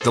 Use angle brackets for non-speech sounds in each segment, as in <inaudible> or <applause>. The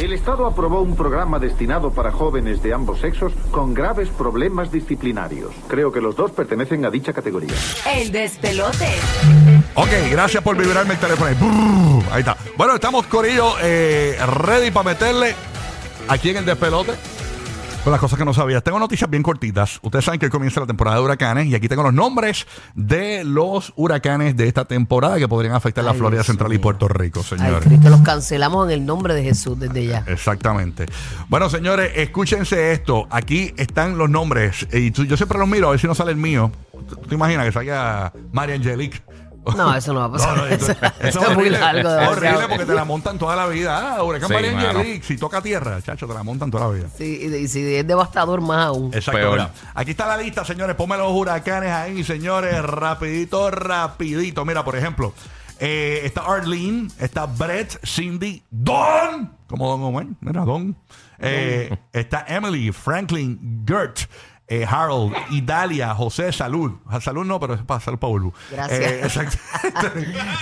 El Estado aprobó un programa destinado para jóvenes de ambos sexos con graves problemas disciplinarios. Creo que los dos pertenecen a dicha categoría. El despelote. Ok, gracias por vibrarme el teléfono. ahí. Brrr, ahí está. Bueno, estamos Corillo eh, ready para meterle aquí en el despelote. Con las cosas que no sabías. Tengo noticias bien cortitas. Ustedes saben que hoy comienza la temporada de huracanes y aquí tengo los nombres de los huracanes de esta temporada que podrían afectar la Ay, Florida Dios Central y mío. Puerto Rico, Ay, señores. Cristo, los cancelamos en el nombre de Jesús desde ya. Exactamente. Bueno, señores, escúchense esto. Aquí están los nombres. Y tú- yo siempre los miro a ver si no sale el mío. ¿Tú, tú te imaginas que salga María Angelique? No, eso no va a pasar. <laughs> eso, Eso- eso es es muy horrible, largo, Es horrible demasiado. porque te la montan toda la vida. Ah, Huracán Sí, María mano. Angelique, si toca tierra, chacho, te la montan toda la vida. Sí, y, y si es devastador, más aún. Exacto. Peor. mira. Aquí está la lista, señores. Ponme los huracanes ahí, señores. Rapidito, rapidito. Mira, por ejemplo, eh, está Arlene, está Brett, Cindy, Don. Como Don Omar. Mira, Don. Eh, está Emily, Franklin, Gert. eh, Harold, Idalia, José, Salud. Ah, Salud no, pero es para Salud para Bulbu. Gracias. Eh, exacto.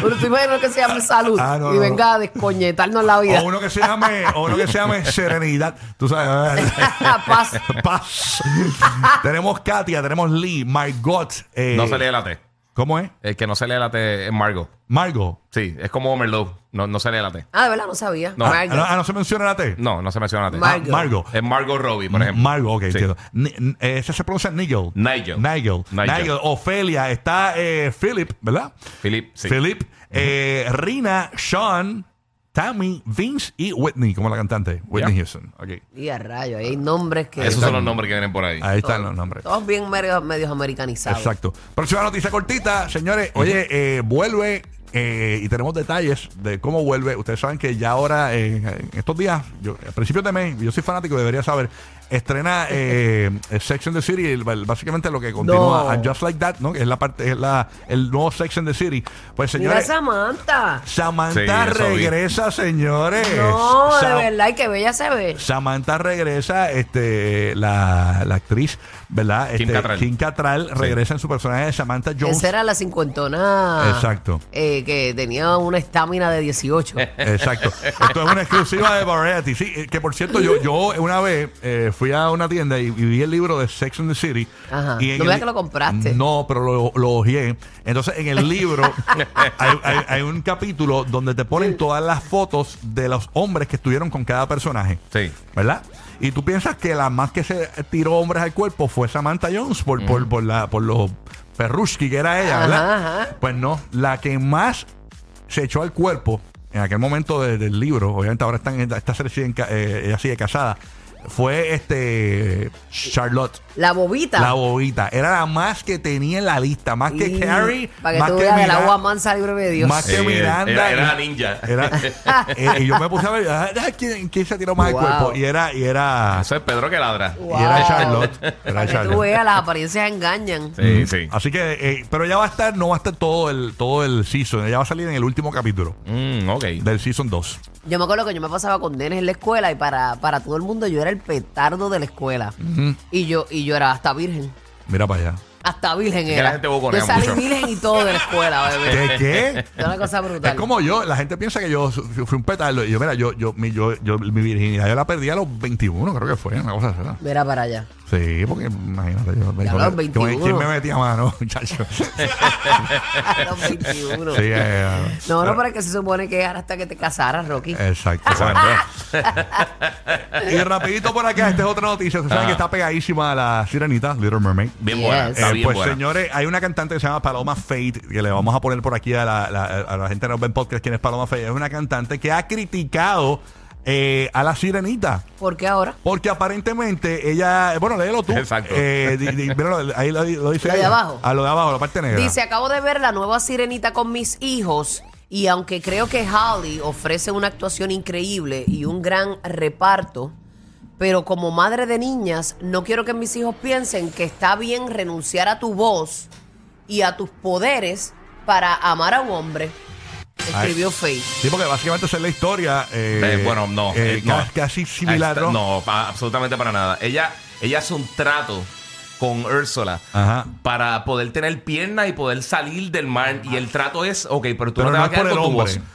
Pero tú imaginas que se llame salud Ah, no, y no, venga a descoñetarnos la vida. o uno que se llame, o uno que se llame Serenidad. Tú sabes. <laughs> <laughs> Paz. Paz. tenemos Katia, tenemos Lee, My God. eh, No se lee la T. ¿Cómo es? El que no se lee la T es Margot. Margo. Sí, es como Merlot. No, no se lee la T. Ah, de verdad, no sabía. No. Ah, Margaret. no, ah, no se menciona la T. Ah, No, no se menciona la T. Margot. Margo. Es Margot Robbie, por ejemplo. Margo, ok, Sí. entiendo. Ni- n- eh, ese se pronuncia Nigel. Nigel. Nigel. Nigel. Nigel. Ofelia. Está eh, Philip, ¿verdad? Philip, sí. Philip. eh, Rina, Sean, Tammy, Vince y Whitney, como la cantante. Whitney Yeah. Houston. Ok. Y a rayo, hay nombres que. Esos son los nombres que vienen por ahí. Ahí están los nombres. Todos bien medio- medios americanizados. Exacto. Próxima noticia cortita, señores. Oye, eh, vuelve eh, y tenemos detalles de cómo vuelve. Ustedes saben que ya ahora, eh, en estos días, yo, a principios de mes, yo soy fanático, debería saber, <laughs> estrena eh, Section the City, el- el- básicamente lo que continúa No. a Just Like That, ¿no? Que es la parte, es la, el nuevo Section the City. Pues Mira, señores, Samantha. Samantha Sí, eso vi. regresa, señores. No, de Sa- verdad, y que bella se ve. Samantha regresa, este, la, la actriz, ¿verdad? Kim Este, Cattrall. Kim Cattrall regresa en su personaje de Samantha Jones. Esa era la cincuentona. Exacto. eh, que tenía una estamina de 18. Eh. Exacto. Esto es una exclusiva de Variety. Sí, eh, que por cierto, yo, yo una vez eh, fui a una tienda y, y vi el libro de Sex and the City. Ajá. Y en No el veas li- que lo compraste. No, pero lo, lo hojeé. Entonces, en el libro <laughs> hay, hay- hay un capítulo donde te ponen todas las fotos de los hombres que estuvieron con cada personaje. Sí. ¿Verdad? Y tú piensas que la más que se tiró hombres al cuerpo fue Samantha Jones por, por, por, la, por los perrushki que era ella, Ajá, ¿verdad? ajá. Pues no, la que más se echó al cuerpo en aquel momento de- del libro, obviamente ahora están, está recién, ca- eh, ella sigue casada, fue este Charlotte. La bobita. La bobita. Era la más que tenía en la lista. Más que Y- Carrie. Para que más tú veas el Mira- agua mansa libre de Dios. Más que Sí, Miranda. Eh, era- era ninja. <laughs> Era- eh, y yo me puse a ver. ah, ah, ¿Quién, quién se tiró más el Wow. cuerpo? Y era. Y era, Eso es Pedro que ladra. y era Wow. Charlotte. Era Para que tú Charlotte. veas, las apariencias engañan. Sí, sí. ¿Mm? Así que, eh, pero ya va a estar, no va a estar todo el, todo el season, ya va a salir en el último capítulo Mm, ok. del season 2. Yo me acuerdo que yo me pasaba con Denis en la escuela y para, para todo el mundo yo era el petardo de la escuela. Y yo y yo era hasta virgen. Mira para allá. Hasta virgen que era. la gente boconea yo salí mucho. virgen y todo de la escuela, <laughs> bebé. ¿Qué? <laughs> qué? Es una cosa Es brutal. como yo, la gente piensa que yo fui fui un petardo. Y yo, mira, yo, yo, mi, yo, yo- mi virginidad yo la perdí a los 21, creo que fue, una cosa así. ¿no? Mira para <laughs> allá. <laughs> Sí, porque imagínate, yo, Ya con- los con- 21. ¿quién me metía mano, <laughs> muchacho? sí, A los 21. eh, No, no, pero es que se supone que era hasta que te casaras, Rocky. exacto. <laughs> y rapidito por acá, esta es otra noticia. Ustedes saben Ajá. que está pegadísima a la sirenita, Little Mermaid. Bien Yes. buena. Está Eh, bien pues buena. señores, hay una cantante que se llama Paloma Fate, que le vamos a poner por aquí a la, la- a la gente que nos ve en podcast quién es Paloma Fate. Es una cantante que ha criticado eh, a la sirenita. ¿Por qué ahora? Porque aparentemente ella, bueno, léelo tú. Exacto. Eh, di- di- míralo, ahí lo, lo dice. Lo de ella. abajo. A lo de abajo, la parte negra. Dice, acabo de ver la nueva sirenita con mis hijos Y aunque creo que Holly ofrece una actuación increíble y un gran reparto, pero como madre de niñas, no quiero que mis hijos piensen que está bien renunciar a tu voz y a tus poderes para amar a un hombre. Escribió Faith. Sí, porque básicamente esa es la historia. eh, Eh, bueno, no, eh, eh, no. ca- Casi similar, Ahí está- ¿no? No, pa- absolutamente para nada. Ella, ella hace un trato con Ursula Ajá. para poder tener pierna y poder salir del mar. Y el trato es, ok, pero tú Pero no te no vas a es por quedar con el tu hombre. voz.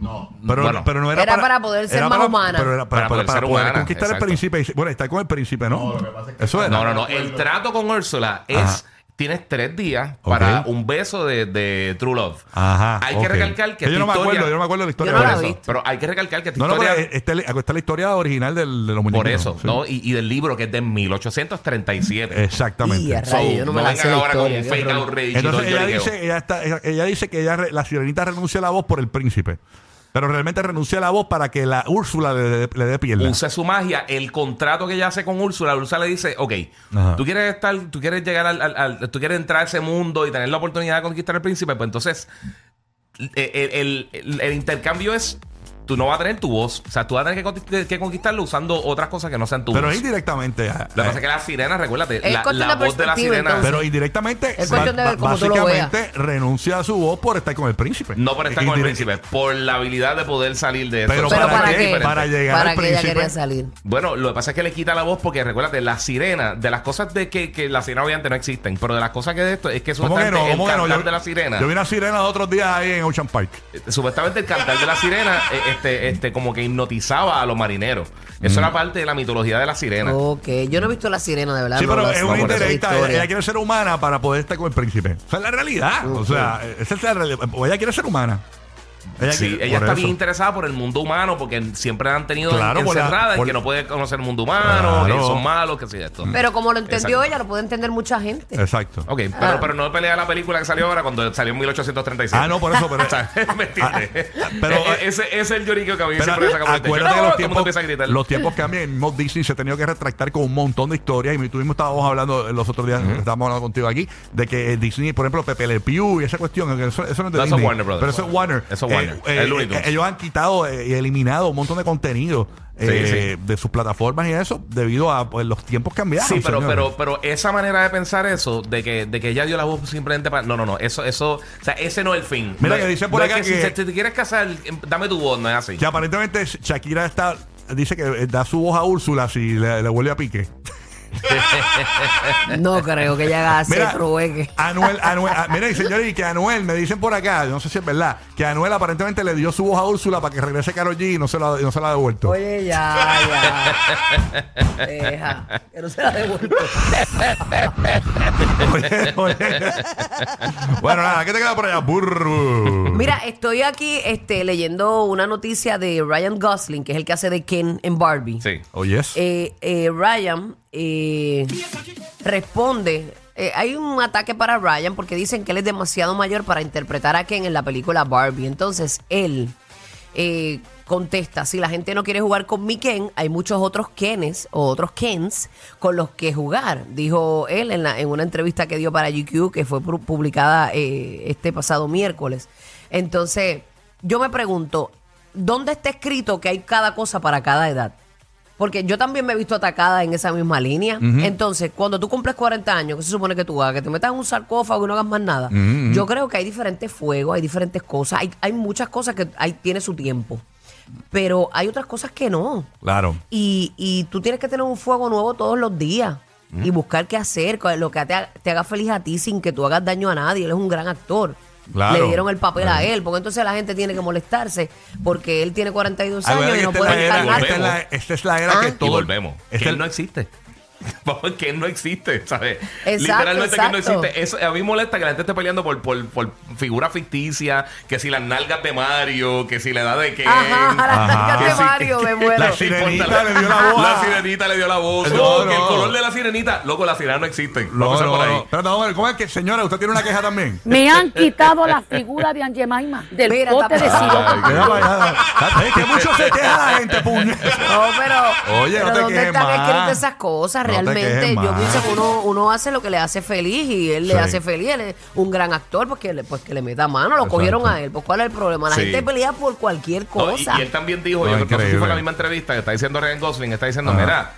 No, Pero, bueno, pero no era, Era para poder ser era más para- humana. Pero era para, Para para- poder para ser poder humana, conquistar exacto. el príncipe. Y- Bueno, está con el príncipe, ¿no? Eso era. no, no, no. El trato con Ursula es. Tienes tres días Ok. para un beso de, de True Love. Ajá. Hay ok. que recalcar que Yo no me esta historia- acuerdo, yo no me acuerdo de la historia. Yo no de la eso. vi. visto. Pero hay que recalcar que esta No, no, pero eh, historia. esta es la- esta es la historia original del, de los muñecos. por eso, ¿no? Y, y del libro que es de 1837. Y a Exactamente. rayos, So, yo no no me la sé vengan la ahora con historia, un qué fake horror. outrage. y todo Entonces el ella lloriqueo. dice, ella, está, ella, ella dice que ella, re- la sirenita renuncia a la voz por el príncipe. Pero realmente renuncia a la voz para que la Úrsula le, le dé pierna. usa su magia, el contrato que ella hace con Úrsula, Úrsula le dice, ok, Ajá. tú quieres estar, tú quieres llegar al, al- al- tú quieres entrar a ese mundo y tener la oportunidad de conquistar al príncipe, pues entonces el, el- el- el intercambio es, tú no vas a tener tu voz, o sea, tú vas a tener que, conquist- que conquistarlo usando otras cosas que no sean tu Pero voz. indirectamente. eh, Lo que pasa es que la sirena, recuérdate, Es la, cuestión la de voz de la perspectiva, sirena, entonces. Pero indirectamente, Ah, Es cuestión de ba- ver ba- cómo tú lo básicamente renuncia a su voz por estar con el príncipe. no por estar con el Indirect- príncipe, por la habilidad de poder salir de eso. Pero O sea, Pero para para, qué? qué? Para llegar Para al que príncipe. ella quería salir. Bueno, lo que pasa es que le quita la voz porque recuérdate, la sirena, de las cosas de que, que la sirena obviamente no existen, pero de las cosas que de esto es que ¿Cómo que supuestamente no? el ¿Cómo que no? cantar Yo, de la sirena, yo vi una sirena los otros días ahí en Ocean Park. eh, supuestamente el cantar de <laughs> la sirena, eh, este, este, como que hipnotizaba a los marineros. Eso Mm. era parte de la mitología de la sirena. Oh. Ok, yo no he visto la sirena, de verdad. Sí, no pero la- es no una conozco la indirecta. Ella, historia. ella quiere ser humana para poder estar con el príncipe. Esa es la realidad. O sea, esa es la realidad. O ella quiere ser humana. Sí, quiere- por ella está eso. bien interesada por el mundo humano porque siempre la han tenido Claro, por la- encerrada en por- que no puede conocer el mundo humano, Claro. que son malos, que sí, esto. Pero como lo entendió Mm. Exacto. ella, lo puede entender mucha gente. Exacto. Ok, pero, Ah. pero no pelea la película que salió ahora cuando salió en 1837. Ah, no, por eso, pero- O sea, ¿me entiendes? Ah, pero- E- e- ese, ese es el lloriqueo que a mí Pero siempre me saca por el techo. acuérdate que los ¡No! Todo el mundo tiempos, empieza a gritar. los tiempos cambian. El mismo Disney se ha tenido que retractar con un montón de historias. Y tú mismo estábamos hablando eh, los otros días, estábamos hablando contigo aquí, de que eh, Disney, por ejemplo, Pepe Le Pew y esa cuestión, que eso, eso no es de No, eso es Disney, Warner Brothers. Pero eso es Warner. Eso es Warner. Eh, Es Looney eh, Tunes. ellos han quitado eh, y eliminado un montón de contenido Sí, eh, de sus plataformas y eso debido a pues, los tiempos cambiados. Sí, pero, pero, pero esa manera de pensar eso, de que, de que ella dio la voz simplemente para. No, no, no. Eso, eso, o sea, ese no es el fin. Mira No que es- dicen por no es acá si que- te, te quieres casar, em, dame tu voz, no es así. Que aparentemente Shakira está dice que eh, da su voz a Úrsula si le, le vuelve a pique. No creo que ella haga ese <laughs> trueque. <laughs> Anuel, Anuel, ah, mira, y señores, y que Anuel, me dicen por acá, yo no sé si es verdad, que Anuel aparentemente le dio su voz a Úrsula para que regrese Karol G y no se la, y no se la ha devuelto. Oye, ya, ya. Deja, que no se la devuelvo. Oye, <laughs> oye. bueno, nada, ¿qué te queda por allá? Burro. <laughs> Mira, estoy aquí este, leyendo una noticia de Ryan Gosling, que es el que hace de Ken en Barbie. Sí. Oye, es. Eh, eh, Ryan eh, responde. eh, hay un ataque para Ryan porque dicen que él es demasiado mayor para interpretar a Ken en la película Barbie. Entonces él eh, contesta: si la gente no quiere jugar con mi Ken, hay muchos otros Kenes o otros Kens con los que jugar, dijo él en, la- en una entrevista que dio para GQ que fue pu- publicada eh, este pasado miércoles. Entonces yo me pregunto: ¿dónde está escrito que hay cada cosa para cada edad? Porque yo también me he visto atacada en esa misma línea. Entonces, cuando tú cumples 40 años, ¿qué se supone que tú hagas? Que te metas en un sarcófago y no hagas más nada. Yo creo que hay diferentes fuegos, hay diferentes cosas. Hay, hay muchas cosas que hay, tiene su tiempo. Pero hay otras cosas que no. Claro. Y, y tú tienes que tener un fuego nuevo todos los días. Y buscar qué hacer, co- lo que te, ha- te haga feliz a ti sin que tú hagas daño a nadie. Él es un gran actor. Claro. Le dieron el papel a él, porque entonces la gente tiene que molestarse porque él tiene 42 Ay, bueno, años que y no esta, es puede estar Ah. la era, volvemos. harto. esta es la- esta es la era que todo. y volvemos. Esta que es- él no existe. <laughs> Vamos, que él no existe, ¿sabes? Exacto, Literalmente que él exacto. no existe. Eso, a mí me molesta que la gente esté peleando por, por, por figuras ficticias, que si las nalgas de Mario, que si la edad de Ken. Ajá, las que nalgas de si- Mario, me que- pero- La sirenita le dio la voz. La sirenita le dio la voz. No, No, que el no. color de la sirenita. Loco, las sirenas no existen. No, No, cosa no, por ahí. no. Espérate, vamos a ver, ¿Cómo es que, señora, usted tiene una queja también? Me han quitado la figura de Aunt Jemima del Mira, bote de está- Sirop. Ay, qué vallada. Es que mucho se queja la gente, puñeta. No, pero. Oye, no pero te ¿dónde quejes están más. escritas esas cosas? No te Realmente, quejes yo más. pienso que uno, uno hace lo que le hace feliz y él Sí. le hace feliz. Él es un gran actor, pues que le, pues que le meta mano. Lo cogieron a él. Pues, ¿cuál es el problema? La Sí. gente pelea por cualquier No, y- cosa. y, él también dijo, No, yo creo que no sé si fue increíble. la misma entrevista que está diciendo Ryan Gosling, está diciendo, Ajá. mira,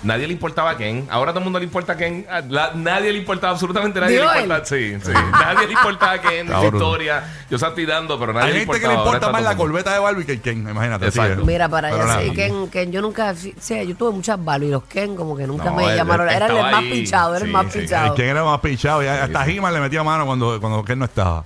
nadie le importaba a Ken, ahora todo el mundo le importa a Ken, a la- nadie le importaba, absolutamente nadie Dijo le importaba, sí, sí, <laughs> nadie le importaba a Ken, Está esa brutal. historia, yo estaba tirando, pero nadie Hay le gente que importaba. le ahora importa está más todo la el <laughs> mundo. corbeta de Barbie que el Ken, imagínate. así Exacto. es. Mira, para Pero allá. nada. Sí, Ken, Ken, yo nunca. sí, O sea, yo tuve muchas balas y los Ken, como que nunca No, me él- llamaron. él Era el estaba más ahí, pinchado, era el sí, más sí. pinchado. El Ken era más pinchado. y hasta He-Man le metía mano cuando, cuando Ken no <laughs> estaba.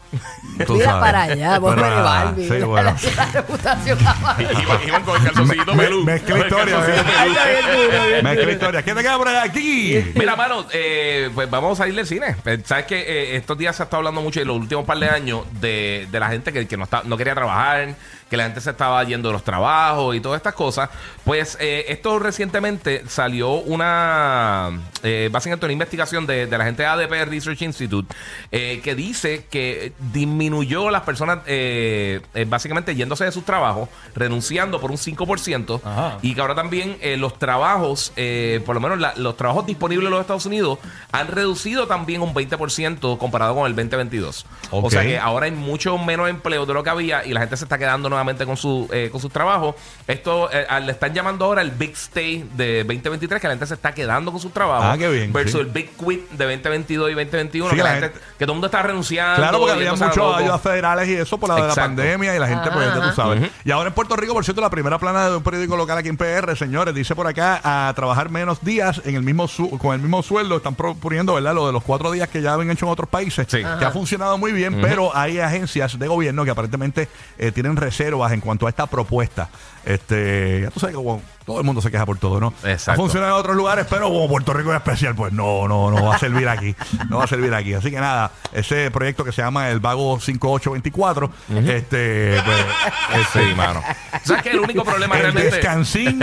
Tú Mira sabes. para allá, vos Pero eres nada, Barbie. <laughs> Sí, bueno. La reputación <laughs> la Barbie. Iban- Iban con el calzoncillito Me- pelú. mezcla <laughs> Con el historia, ¿eh? calzoncillo ¿verdad? pelú. Está bien duro, bien Mezcla historia. ¿Quién te queda por aquí? <laughs> Mira, mano, eh, pues vamos a salir del cine. Eh, Sabes que eh, estos días se ha estado hablando mucho y los últimos par de años de, de la gente que, que no, está, no quería trabajar, que la gente se estaba yendo de los trabajos y todas estas cosas. Pues eh, esto recientemente salió una, eh, básicamente una investigación de, de la gente de ADP Research Institute eh, que dice que disminuyó las personas eh, eh, básicamente yéndose de sus trabajos, renunciando por un 5%. Ajá. Y que ahora también eh, los trabajos, eh, por lo menos la- los trabajos disponibles en los Estados Unidos, han reducido también un 20% comparado con el 2022. Ok. O sea que ahora hay mucho menos empleo de lo que había y la gente se está quedando nuevamente con, su, eh, con sus trabajos. Esto eh, a- le están llamando ahora el Big Stay de 2023, que la gente se está quedando con sus trabajos. Ah, qué bien, Versus sí. el Big Quit de 2022 y 2021, Sí, que, la la gente- gente- que todo el mundo está renunciando. Claro, porque había yéndose a muchos loco. ayudas <laughs> federales y eso por la, de la Exacto. pandemia y la gente, pues, ya tú sabes. Y ahora en Puerto Rico, por cierto, la primera plana de un periódico local aquí en PR, señores, dice por acá a trabajar menos días en el mismo su- con el mismo sueldo. Están proponiendo, ¿verdad? Lo de los cuatro días que ya habían hecho en otros países, Sí. que ha funcionado muy bien, pero hay agencias de gobierno que aparentemente eh, tienen reservas en cuanto a esta propuesta. Este, ya tú sabes que bueno, todo el mundo se queja por todo, ¿no? Exacto. Ha funcionado en otros lugares, pero como Puerto Rico es especial, pues no, no, no va a servir aquí. No va a servir aquí. Así que nada, ese proyecto que se llama el Vago 5824, este, pues, <laughs> este, Sí, mano. ¿Sabes que El único <laughs> problema el <laughs> realmente. descansín,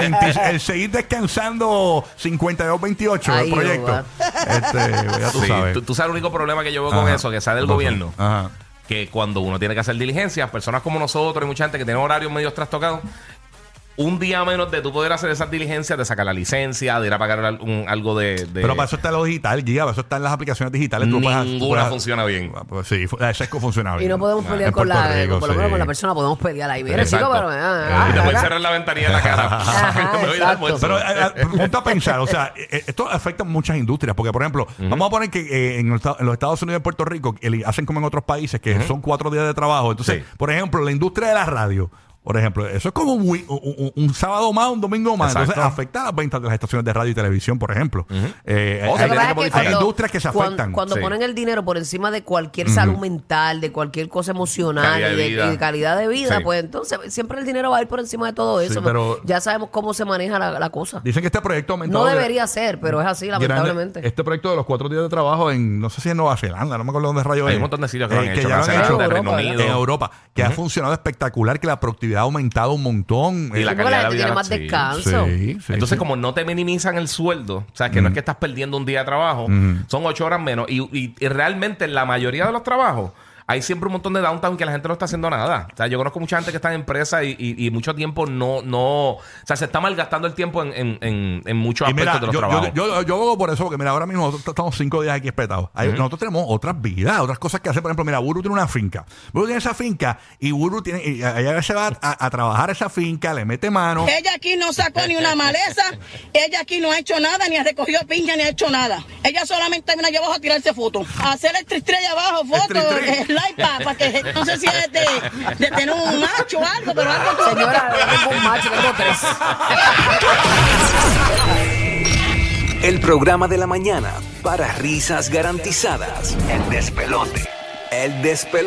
20 el seguir descansando 5228, Ay, el proyecto. Jehová. Este, pues, ya tú Sí, sabes. tú, tú sabes el único problema que yo veo con Ajá. ah. eso, que sale del Ajá. gobierno, Ajá. que cuando uno tiene que hacer diligencias, personas como nosotros y mucha gente que tiene horarios medios trastocados, un día menos de tú poder hacer esas diligencias, de sacar la licencia, de ir a pagar al- un- algo de... de- Pero para eso está lo digital, guía, para eso están las aplicaciones digitales. tú puedes- tú Ninguna puedes- funciona bien. Pues sí, fu- la de Sesco funciona bien. Y no podemos Ah, pelear en con Puerto la, Rico, por lo menos sí. Eh, con la persona podemos pelear ahí. Mira, Exacto. chico, pero. ah, Y te ah, pueden ah. cerrar la ventanilla de la cara. <laughs> Ajá, Me voy a dar exacto. almuerzo. Pero eh, eh, ponte a pensar, <laughs> o sea, eh, eh, esto afecta a muchas industrias, porque por ejemplo, vamos a poner que eh, en, los, Estados- en los Estados Unidos y Puerto Rico el- hacen como en otros países, que son cuatro días de trabajo. Entonces, Sí. por ejemplo, la industria de la radio. Por ejemplo, eso es como un, wi- un- un- un sábado más, un domingo más. Entonces, Exacto. afecta a las ventas de las estaciones de radio y televisión, por ejemplo. Eh, O Lo sea, hay, que tiene pasa que es que hay cuando- industrias que se cuan- afectan. Cuando, Sí. ponen el dinero por encima de cualquier salud mental, de cualquier cosa emocional Calidad y de de, vida. y de calidad de vida, Sí. pues entonces siempre el dinero va a ir por encima de todo eso. ¿no? pero- ya sabemos cómo se maneja la, la cosa. Dicen que este proyecto ha aumentado No de- debería ser, pero es así, Grande- lamentablemente. Este proyecto de los cuatro días de trabajo en, no sé si en Nueva Zelanda, no me acuerdo dónde rayo Hay es. Eh, un montón de sitios que lo han ya hecho, Nueva Zelanda, Reino en Unido. Europa, que ha funcionado espectacular, que la productividad ha aumentado un montón. Eh, Y la Porque la calidad de gente vida, tiene más sí. descanso. Entonces, como no te minimizan el sueldo, o sea, que no es que estás perdiendo un día de trabajo, son ocho horas menos. Y, y- y realmente en la mayoría de los trabajos hay siempre un montón de downtown que la gente no está haciendo nada. O sea, yo conozco mucha gente que está en empresas y, y- y mucho tiempo no, no. O sea, se está malgastando el tiempo en, en- en- en muchos Y mira, aspectos de yo, los yo, yo, trabajos. yo abogo por eso, porque mira, ahora mismo nosotros estamos cinco días aquí espetados. Hay- Nosotros tenemos otras vidas, otras cosas que hacer. Por ejemplo, mira, Buru tiene una finca. Buru tiene esa finca y Buru tiene, y ella se va a, a trabajar esa finca, le mete mano. Ella aquí no sacó ni una maleza, ella aquí no ha hecho nada, ni ha recogido piña, ni ha hecho nada. Ella solamente viene allá abajo a tirarse fotos, a hacer el tristri allá abajo, fotos, eh, tristri. el like para que no sé si es de, de tener un macho o algo, pero algo tuvo que Señora, yo tengo un macho, tengo tres. El programa de la mañana para risas garantizadas. El despelote. El despelote.